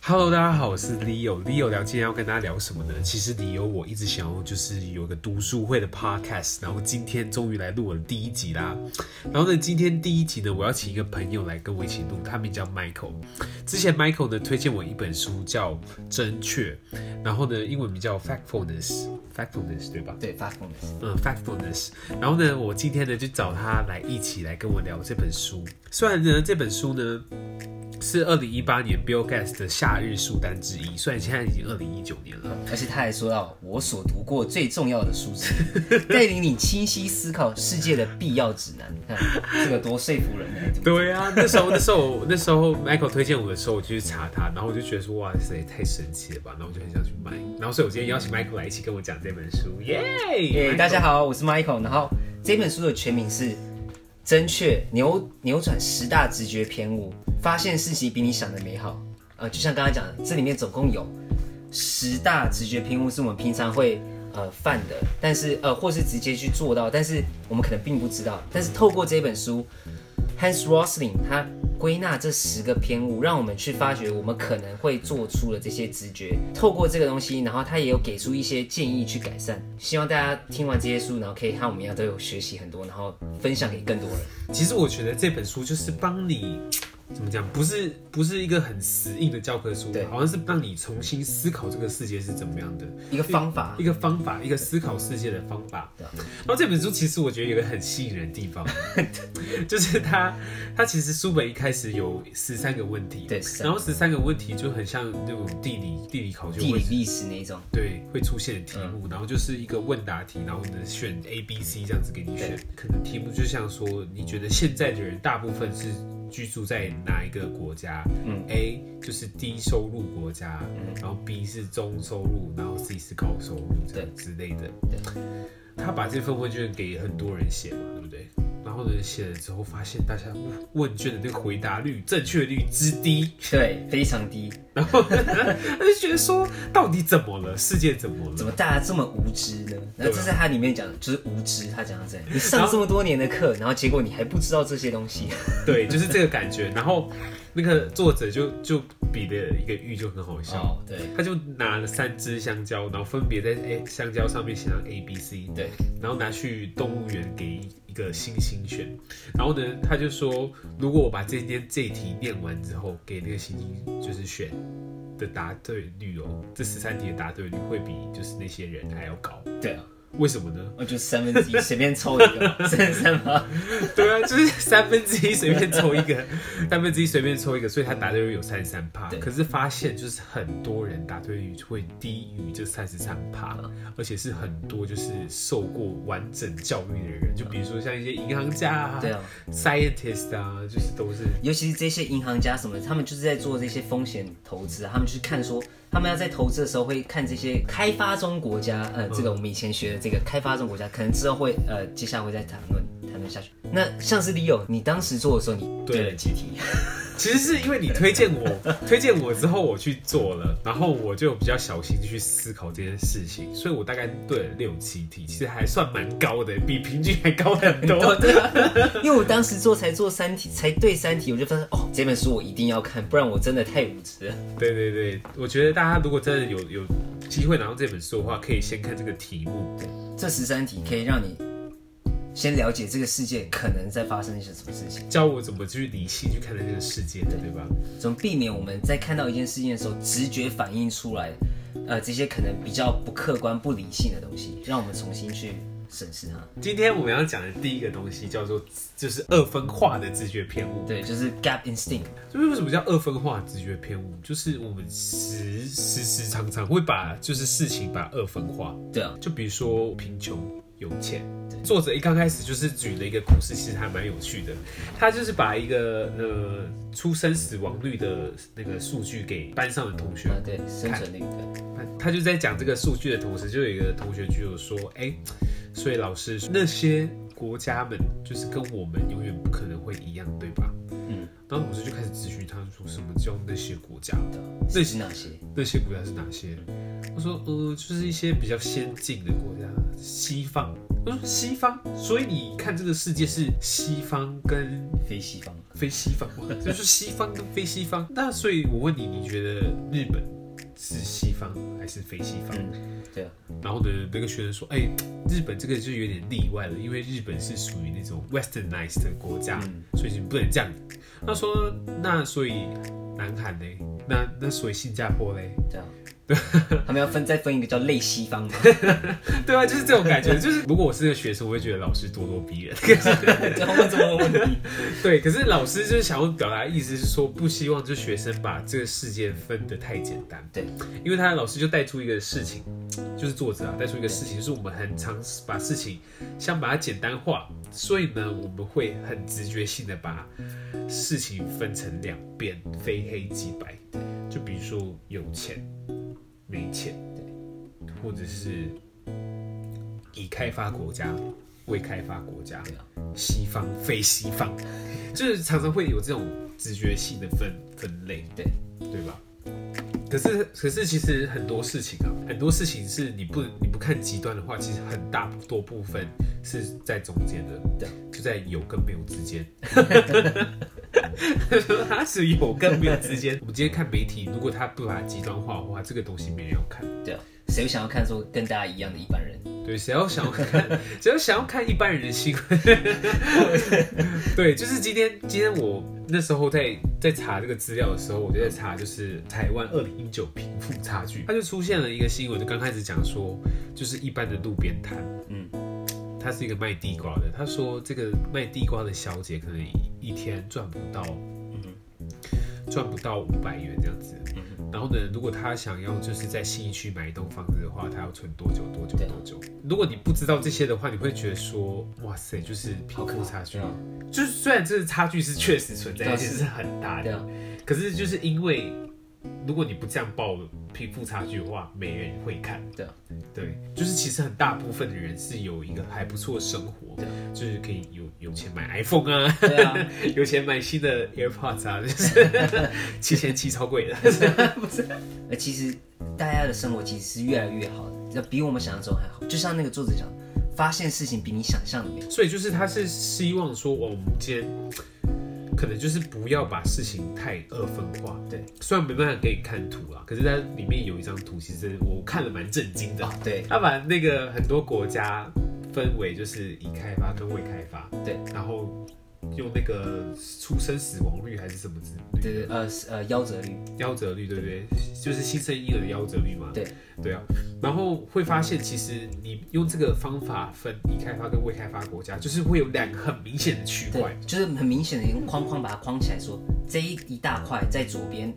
Hello，大家好，我是 Leo。Leo 聊今天要跟大家聊什么呢？其实 Leo 我一直想要就是有一个读书会的 podcast，然后今天终于来录我的第一集啦。然后呢，今天第一集呢，我要请一个朋友来跟我一起录，他名叫 Michael。之前 Michael 呢推荐我一本书叫《正确》，然后呢英文名叫 Factfulness。Factfulness 对吧？对，Factfulness。嗯，Factfulness。然后呢，我今天呢就找他来一起来跟我聊这本书。虽然呢这本书呢是二零一八年 Bill Gates 的夏日书单之一，虽然现在已经二零一九年了。而且他还说到我所读过最重要的书之一， 带领你清晰思考世界的必要指南。你看这个多说服人来读。对啊，那时候那时候 那时候 Michael 推荐我的时候，我就去查它，然后我就觉得说哇塞，太神奇了吧，然后我就很想去买。然后所以我今天邀请 Michael 来一起跟我讲这本书，耶、耶 Michael 哎大家好，我是 Michael。然后这本书的全名是《正确扭扭转十大直觉偏误，发现事情比你想的美好》。呃，就像刚才讲的，这里面总共有十大直觉偏误是我们平常会呃犯的，但是呃或是直接去做到，但是我们可能并不知道。但是透过这本书，Hans Rosling 他归纳这十个偏误，让我们去发掘我们可能会做出的这些直觉。透过这个东西，然后他也有给出一些建议去改善。希望大家听完这些书，然后可以和我们一样都有学习很多，然后分享给更多人。其实我觉得这本书就是帮你怎么讲，不是不是一个很死硬的教科书对，好像是让你重新思考这个世界是怎么样的一个方法一个方法，一个思考世界的方法。对啊然后这本书其实我觉得有一个很吸引人的地 方，就是它它其实书本一开始有十三个问题，对13然后十三个问题就很像那种地理地理考卷地会理历史那一种，对，会出现的题目，然后就是一个问答题，然后呢选 A、B、C 这样子给你选。可能题目就像说，你觉得现在的人大部分是居住在哪一个国家？嗯，A 就是低收入国家，然后 B 是中收入，然后 C 是高收入，这样之类的。他把这份问卷给很多人写嘛，对不对？然后呢，写了之后发现大家问卷的那个回答率、正确率之低，对，非常低。然后他就觉得说，到底怎么了？世界怎么了怎？么大家这么无知呢？然后这是他里面讲的，就是无知。他讲到这里，啊你上然后这么多年的课，然后结果你还不知道这些东西，对，就是这个感觉。然后那个作者就就比的一个喻就很好笑，哦，对他就拿了三只香蕉，然后分别在哎香蕉上面写上 A、B、C，对，然后拿去动物园给一个猩猩选。然后呢，他就说，如果我把这天这一题念完之后，给那个猩猩就是选的答对率哦，这十三题的答对率会比就是那些人还要高。对啊，为什么呢？我就三分 之一随便抽一个嘛，剩三八，对啊，就是三分之一随便抽一个， 三分之一随便抽一个，所以他答对率有三十三趴。对可是发现就是很多人答对率会低于这三十三趴，嗯而且是很多就是受过完整教育的人，就比如说像一些银行家啊、对啊 scientist 啊，就是都是尤其是这些银行家什么，他们就是在做这些风险投资啊，他们去看说，他们要在投资的时候会看这些开发中国家，呃，这个我们以前学的这个开发中国家，可能之后会呃，接下来会再谈论谈论下去。那像是 Leo，你当时做的时候，你对对了几题？其实是因为你推荐我， 推荐我之后我去做了，然后我就比较小心地去思考这件事情，所以我大概对了六七题，其实还算蛮高的，比平均还高很 多。因为我当时做才做三题，才对三题，我就发现哦，这本书我一定要看，不然我真的太无知了。对对对，我觉得大家如果真的有有机会拿到这本书的话，可以先看这个题目。这十三题可以让你先了解这个世界可能在发生一些什么事情，教我怎么去理性去看待这个世界的，对吧？怎么避免我们在看到一件事情的时候直觉反映出来，呃，这些可能比较不客观、不理性的东西，让我们重新去审视它。今天我们要讲的第一个东西叫做，就是二分化的直觉偏误。对，就是 gap instinct。就是为什么叫二分化直觉偏误？就是我们时时时常常会把就是事情把二分化，对啊，就比如说贫穷、有钱。作者一刚开始就是举了一个故事，其实还蛮有趣的。他就是把一个呃出生死亡率的那个数据给班上的同学啊，对，生存率对，他就在讲这个数据的同时，就有一个同学就有说，哎、所以老师那些国家们就是跟我们永远不可能会一样，对吧？嗯嗯，然后老师就开始咨询他说，什么叫那些国家？这是哪些？那些国家是哪些？他说，呃，就是一些比较先进的国家，西方。我说西方，所以你看这个世界是西方跟非西方。非西方嘛， 就是西方跟非西方。那所以我问你，你觉得日本是西方还是非西方？嗯，对啊，然后呢，那个学生说，哎、日本这个就有点例外了，因为日本是属于那种 westernized 的国家，所以你不能这样。他说，那所以南韩嘞，那那所以新加坡嘞，对啊，他们要分再分一个叫类西方嘛，对啊，就是这种感觉。就是如果我是个学生，我会觉得老师咄咄逼人。对啊，问这么多问题，对，可是老师就是想要表达的意思是说，不希望就学生把这个世界分得太简单。对，因为他的老师就带出一个事情，就是作者啊带出一个事情，就是我们很常把事情想把它简单化，所以呢，我们会很直觉性的把事情分成两边，非黑即白。就比如说有钱、没钱，或者是已开发国家、未开发国家对啊、西方、非西方，就是常常会有这种直觉性的分分类，对对吧？可是，可是，其实很多事情啊，很多事情是你不你不看极端的话，其实很大多部分是在中间的，对，就在有跟没有之间。它是有跟没有之间。我们今天看媒体，如果他不把它极端化的话，这个东西没人要看。对啊，谁会想要看说跟大家一样的一般人？对，谁要想要看，谁要想要看一般人的新闻？ 对，就是今天，今天我那时候在在查这个资料的时候，我就在查，就是台湾二零一九贫富差距，它就出现了一个新闻，就刚开始讲说，就是一般的路边摊，嗯，他是一个卖地瓜的，他说这个卖地瓜的小姐可能一一天赚不到，赚不到五百元这样子。然后呢，如果他想要就是在信义区买一栋房子的话，他要存多久多久对啊多久？如果你不知道这些的话，你会觉得说，哇塞，就是贫富差距对啊，就是虽然这个差距是确实存在，对啊而且是很大对啊的，，可是就是因为如果你不这样报贫富差距的话，没人会看。对啊，对，就是其实很大部分的人是有一个还不错的生活对啊，就是可以有有钱买 iPhone 啊， 对啊，有钱买新的 AirPods 啊，就是 七千七超贵的。呃，其实大家的生活其实是越来越好的，要比我们想象中还好。就像那个作者讲，发现事情比你想象的美。所以就是他是希望说，哦我们今天可能就是不要把事情太二分化。对，虽然没办法给你看图啊啦，可是它里面有一张图，其实我看了蛮震惊的。啊，对他把那个很多国家分为就是已开发跟未开发，对，然后用那个出生死亡率还是什么之率，对对，呃是呃，夭折率，夭折率对不对？就是新生婴儿的夭折率嘛。对对啊，然后会发现其实你用这个方法分已开发跟未开发国家，就是会有两个很明显的区块。对，就是很明显的用框框把它框起来说，这一一大块在左边，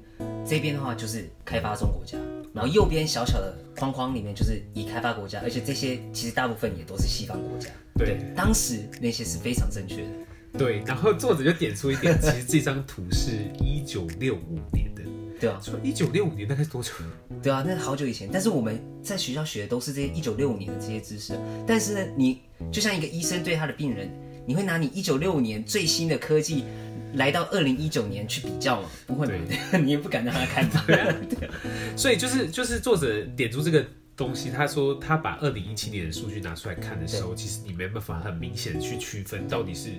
这边的话就是开发中国家，然后右边小小的框框里面就是已开发国家，而且这些其实大部分也都是西方国家。对当时那些是非常正确的。对，然后作者就点出一点，其 实这张图是一九六五年的，对啊，说一九六五年大概是多久？ 对啊，那好久以前，但是我们在学校学的都是这些一九六五年的这些知识，但是呢，你就像一个医生对他的病人，你会拿你一九六五年最新的科技来到二零一九年去比较吗？不会嘛， 你也不敢让他看到。所以就是就是作者点出这个东西，他说他把二零一七年的数据拿出来看的时候，其实你没办法很明显的去区分到底是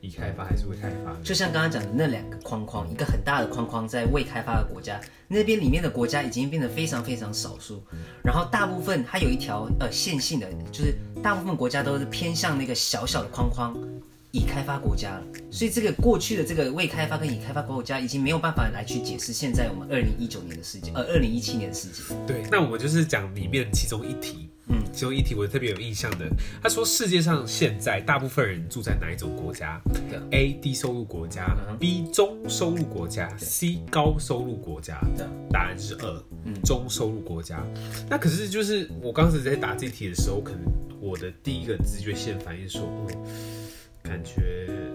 已开发还是未开发。就像刚刚讲的那两个框框，一个很大的框框在未开发的国家那边，里面的国家已经变得非常非常少数，然后大部分它有一条呃线性的，就是大部分国家都是偏向那个小小的框框已开发国家了，所以这个过去的这个未开发跟已开发国家已经没有办法来去解释现在我们二零一九年的世界，呃二零一七年的世界，对，那我们就是讲里面其中一题。嗯，其中一题我特别有印象的，他说世界上现在大部分人住在哪一种国家对啊？A 低收入国家，B 中收入国家，C 高收入国家。对啊答案是二，中收入国家。那可是就是我刚才在答这题的时候，可能我的第一个直觉线反应说，嗯，感觉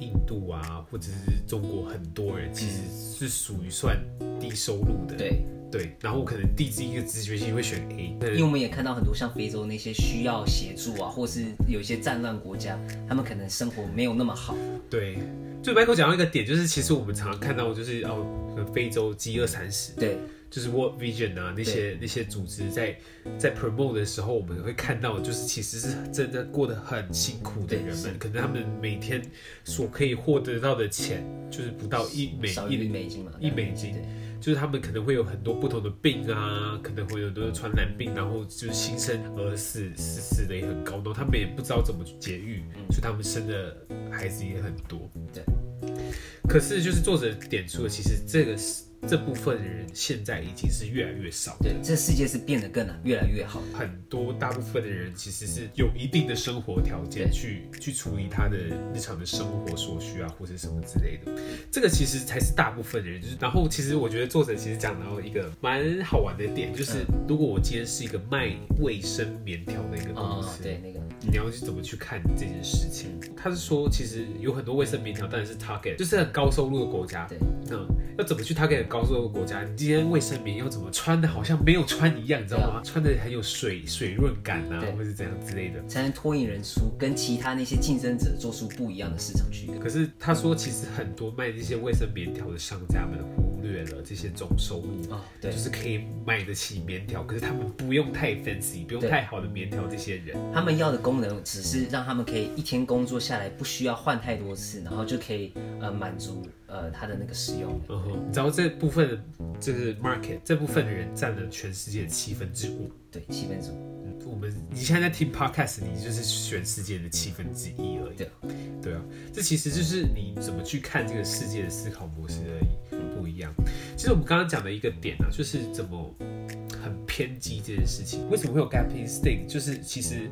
印度啊，或者是中国很多人其实是属于算低收入的，对。嗯对。然后我可能第一个直觉性会选 A，可因为能我们也看到很多像非洲那些需要协助啊，或是有一些战乱国家，他们可能生活没有那么好，对。就 Michael 讲到一个点，就是其实我们常常看到，就是哦，非洲饥饿三十，对，就是 World Vision 啊那些那些组织在在 promote 的时候，我们会看到，就是其实是真的过得很辛苦的对人是们，可能他们每天所可以获得到的钱，就是不到一美少于一一美金嘛，一美金对，就是他们可能会有很多不同的病啊，可能会有很多传染病，然后就是新生儿死死死的也很高，然后他们也不知道怎么去节育，所以他们生的孩子也很多。对。可是就是作者点出了，其实这个是这部分的人现在已经是越来越少的对，。这世界是变得更越来越好的。很多大部分的人其实是有一定的生活条件对去去处理他的日常的生活所需啊，或者什么之类的。这个其实才是大部分人。就是，然后其实我觉得作者其实讲到一个蛮好玩的点，就是如果我今天是一个卖卫生棉条的一个公哦司，，对，那个你要去怎么去看这件事情？他是说，其实有很多卫生棉条，当然是 target，就是很高收入的国家。对，那要怎么去 target 很高收入的国家？你今天卫生棉要怎么穿的，好像没有穿一样，你知道吗？穿的很有水水润感啊对，或是怎样之类的。才能脱颖而出，跟其他那些竞争者做出不一样的市场区隔。可是他说，其实很多卖这些卫生棉条的商家们忽略了这些中收入哦对就是可以买得起棉条，可是他们不用太 fancy，不用对太好的棉条，这些人。他们要的功能只是让他们可以一天工作下来不需要换太多次，然后就可以呃满足呃他的那个使用。嗯哼，你知道这部分的就是 market 这部分的人占了全世界七分之五。对，七分钟。嗯我们你现在在听 podcast，你就是全世界的七分之一而已。对，对啊，这其实就是你怎么去看这个世界的思考模式而已，不一样。其实我们刚刚讲的一个点啊，就是怎么很偏激这件事情。为什么会有 gap instinct？就是其实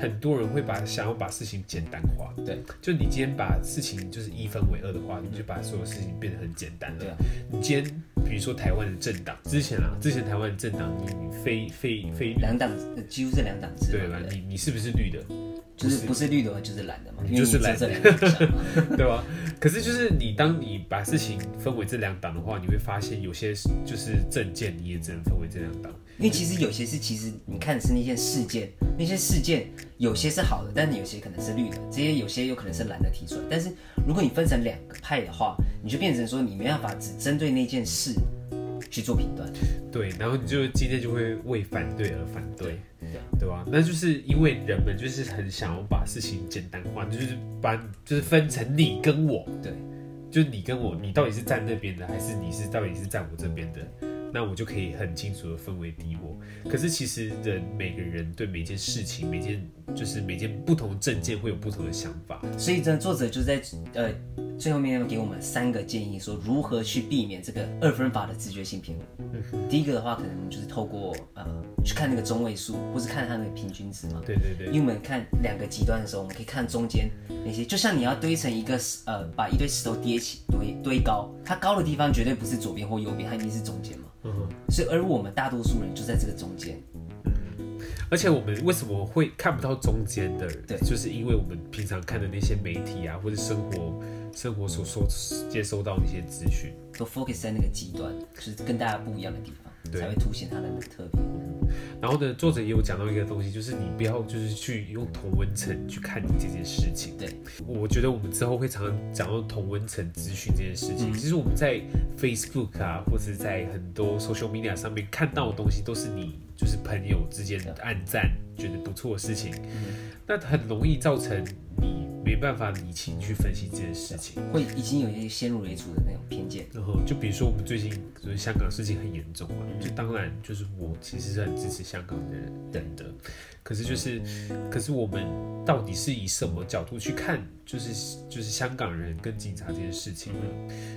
很多人会把想要把事情简单化。对，就你今天把事情就是一分为二的话，你就把所有事情变得很简单了。对啊你今天比如说台湾的政党，之前啊，之前台湾的政党，你你非非非绿两档呃几乎是两档制嘛，对吧？你你是不是绿的？ 就是不是绿的话就是蓝的嘛，因为就你是只蓝有这两个选项嘛。对吧？可是就是你，当你把事情分为这两档的话，你会发现有些就是证件你也只能分为这两档。因为其实有些是，其实你看的是那件事件，那些事件有些是好的，但有些可能是绿的，这些有些有可能是蓝的提出来。但是如果你分成两个派的话，你就变成说你没办法只针对那件事去做评断。对，然后你就今天就会为反对而反对，对啊嗯对吧？那就是因为人们就是很想要把事情简单化，就是把就是分成你跟我，对，就是你跟我，你到底是站那边的，还是你是到底是站我这边的？那我就可以很清楚的分为敌我。可是其实人每个人对每件事情、每件就是每件不同证件会有不同的想法，所以呢，作者就在呃最后面给我们三个建议，说如何去避免这个二分法的直觉性偏误。第一个的话，可能就是透过呃去看那个中位数，或是看它的平均值嘛。对对对因为我们看两个极端的时候，我们可以看中间那些，就像你要堆成一个石呃，把一堆石头叠起堆堆高，它高的地方绝对不是左边或右边，它一定是中间嘛。嗯哼。所以，而我们大多数人就在这个中间，而且我们为什么会看不到中间的？对就是因为我们平常看的那些媒体啊，或者生活生活所收接收到那些资讯。都 focus 在那个极端，就是跟大家不一样的地方，对才会凸显它的那个特别。然后呢，作者也有讲到一个东西，就是你不要就是去用同温层去看你这件事情。对，我觉得我们之后会常常讲到同温层资讯这件事情。其实我们在 Facebook 啊，或是在很多 social media 上面看到的东西，都是你就是朋友之间暗赞觉得不错的事情，那很容易造成你没办法理清去分析这件事情。会已经有一些先入为主的那种偏见。然后就比如说我们最近就是香港事情很严重嘛，就当然就是我其实是很支持香港的人人的，可是就是，可是我们到底是以什么角度去看，就是就是香港人跟警察这件事情呢？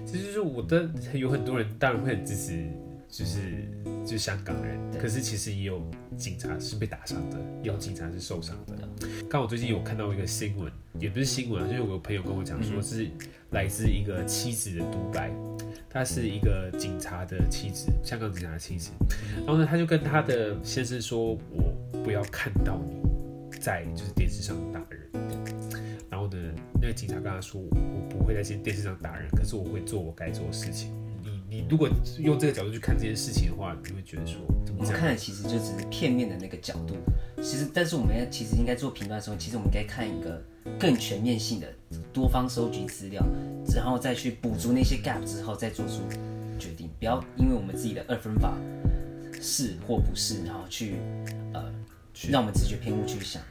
其实就是我的有很多人当然会很支持，就是就是香港人，对可是其实也有警察是被打伤的，也有警察是受伤的。刚好最近有看到一个新闻，也不是新闻啊，就是我有朋友跟我讲说是来自一个妻子的独白，她是一个警察的妻子，香港警察的妻子。然后呢，她就跟她的先生说：“我不要看到你在就是电视上打人。”然后呢，那个警察跟她说：“我不会在电视上打人，可是我会做我该做的事情。”你你如果用这个角度去看这件事情的话，你会觉得说怎么我们这样？看的其实就只是片面的那个角度，其实但是我们要其实应该做评断的时候，其实我们应该看一个更全面性的，多方收集资料，然后再去补足那些 gap 之后，再做出决定，不要因为我们自己的二分法是或不是，然后去呃让我们直觉偏误去想。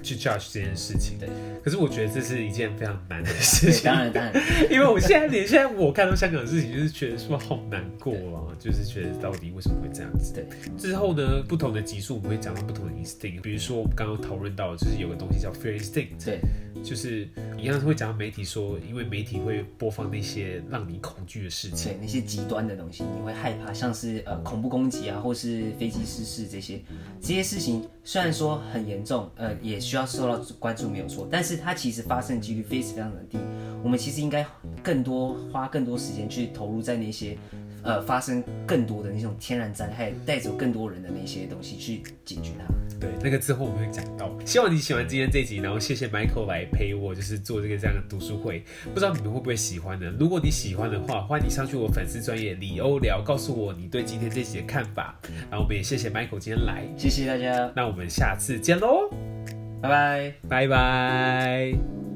去 judge 这件事情。对，可是我觉得这是一件非常难的事对，情当，然当然， 因为我现在连现在我看到香港的事情，就是觉得说好难过啊，就是觉得到底为什么会这样子。对，之后呢，不同的集数我们会讲到不同的 instinct，比如说我们刚刚讨论到，就是有个东西叫 fear instinct，对就是一样会讲到媒体说，因为媒体会播放那些让你恐惧的事情。对那些极端的东西，你会害怕，像是呃恐怖攻击啊，或是飞机失事这些，这些事情虽然说很严重，呃，也需要受到关注没有错，但是它其实发生几率非常的低。我们其实应该更多花更多时间去投入在那些，呃，发生更多的那种天然灾害带走更多人的那些东西去解决它。对，那个之后我们会讲到。希望你喜欢今天这集，然后谢谢 Michael 来陪我，就是做这个这样的读书会。不知道你们会不会喜欢呢？如果你喜欢的话，欢迎你上去我粉丝专业李欧聊，告诉我你对今天这集的看法。然后我们也谢谢 Michael 今天来，谢谢大家，那我们下次见喽，拜拜。拜拜。